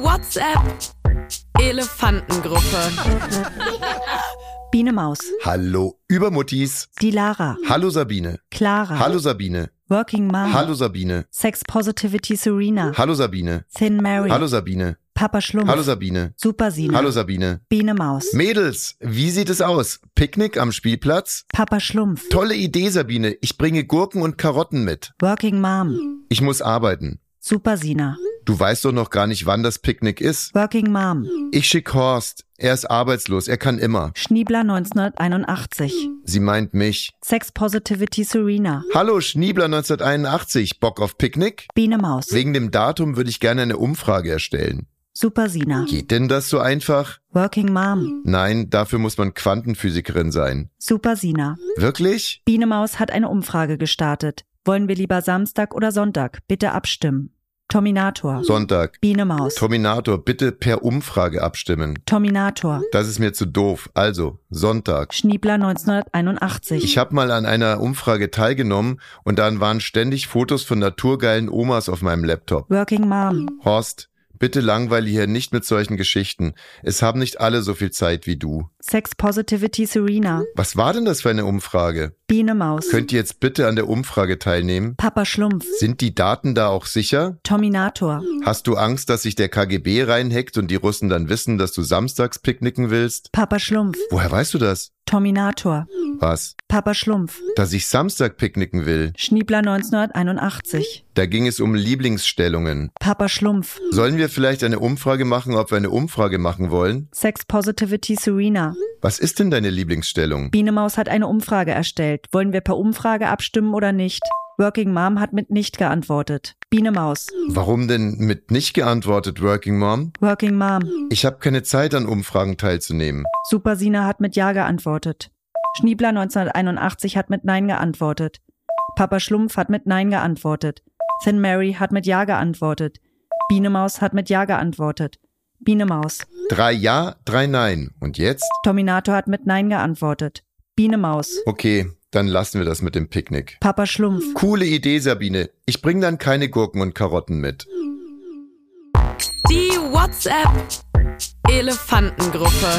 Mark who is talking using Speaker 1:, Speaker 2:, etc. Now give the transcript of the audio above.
Speaker 1: WhatsApp Elefantengruppe.
Speaker 2: Biene Maus,
Speaker 3: Hallo Übermuttis.
Speaker 2: die Lara,
Speaker 3: Hallo Sabine.
Speaker 2: Clara,
Speaker 3: Hallo Sabine.
Speaker 2: Working Mom,
Speaker 3: Hallo Sabine.
Speaker 2: Sex Positivity Serena,
Speaker 3: Hallo Sabine.
Speaker 2: Thin Mary,
Speaker 3: Hallo Sabine.
Speaker 2: Papa Schlumpf,
Speaker 3: Hallo Sabine.
Speaker 2: Super Sina,
Speaker 3: Hallo Sabine.
Speaker 2: Biene Maus,
Speaker 3: Mädels, wie sieht es aus? Picknick am Spielplatz?
Speaker 2: Papa Schlumpf,
Speaker 3: Tolle Idee, Sabine. Ich bringe Gurken und Karotten mit.
Speaker 2: Working Mom,
Speaker 3: Ich muss arbeiten.
Speaker 2: Super Sina,
Speaker 3: Du weißt doch noch gar nicht, wann das Picknick ist.
Speaker 2: Working Mom,
Speaker 3: Ich schick Horst. Er ist arbeitslos. Er kann immer.
Speaker 2: Schniebler 1981,
Speaker 3: Sie meint mich.
Speaker 2: Sex Positivity Serena,
Speaker 3: Hallo Schniebler 1981. Bock auf Picknick?
Speaker 2: Biene Maus,
Speaker 3: Wegen dem Datum würde ich gerne eine Umfrage erstellen.
Speaker 2: Super Sina,
Speaker 3: Geht denn das so einfach?
Speaker 2: Working Mom,
Speaker 3: Nein, dafür muss man Quantenphysikerin sein.
Speaker 2: Super Sina.
Speaker 3: Wirklich?
Speaker 2: Biene Maus hat eine Umfrage gestartet. Wollen wir lieber Samstag oder Sonntag? Bitte abstimmen. Terminator,
Speaker 3: Sonntag.
Speaker 2: Biene Maus,
Speaker 3: Terminator, bitte per Umfrage abstimmen.
Speaker 2: Terminator,
Speaker 3: Das ist mir zu doof. Also, Sonntag.
Speaker 2: Schniebler 1981.
Speaker 3: Ich habe mal an einer Umfrage teilgenommen und dann waren ständig Fotos von naturgeilen Omas auf meinem Laptop.
Speaker 2: Working Mom,
Speaker 3: Horst, bitte langweile hier nicht mit solchen Geschichten. Es haben nicht alle so viel Zeit wie du.
Speaker 2: Sex Positivity Serena,
Speaker 3: Was war denn das für eine Umfrage?
Speaker 2: Biene Maus,
Speaker 3: Könnt ihr jetzt bitte an der Umfrage teilnehmen?
Speaker 2: Papa Schlumpf,
Speaker 3: Sind die Daten da auch sicher?
Speaker 2: Terminator,
Speaker 3: Hast du Angst, dass sich der KGB reinhackt und die Russen dann wissen, dass du samstags picknicken willst?
Speaker 2: Papa Schlumpf,
Speaker 3: Woher weißt du das?
Speaker 2: Terminator,
Speaker 3: Was?
Speaker 2: Papa Schlumpf,
Speaker 3: Dass ich Samstag picknicken will.
Speaker 2: Schniebler 1981,
Speaker 3: Da ging es um Lieblingsstellungen.
Speaker 2: Papa Schlumpf,
Speaker 3: Sollen wir vielleicht eine Umfrage machen, ob wir eine Umfrage machen wollen?
Speaker 2: Sex Positivity Serena.
Speaker 3: Was ist denn deine Lieblingsstellung?
Speaker 2: Biene Maus hat eine Umfrage erstellt. Wollen wir per Umfrage abstimmen oder nicht? Working Mom hat mit nicht geantwortet. Biene Maus,
Speaker 3: Warum denn mit nicht geantwortet, Working Mom?
Speaker 2: Working Mom,
Speaker 3: Ich habe keine Zeit, an Umfragen teilzunehmen.
Speaker 2: Super Sina hat mit Ja geantwortet. Schniebler 1981 hat mit Nein geantwortet. Papa Schlumpf hat mit Nein geantwortet. Thin Mary hat mit Ja geantwortet. Biene Maus hat mit Ja geantwortet. Biene Maus,
Speaker 3: Drei Ja, drei Nein. Und jetzt?
Speaker 2: Terminator hat mit Nein geantwortet. Biene Maus,
Speaker 3: Okay, dann lassen wir das mit dem Picknick.
Speaker 2: Papa Schlumpf,
Speaker 3: Coole Idee, Sabine. Ich bring dann keine Gurken und Karotten mit.
Speaker 1: Die WhatsApp Elefantengruppe.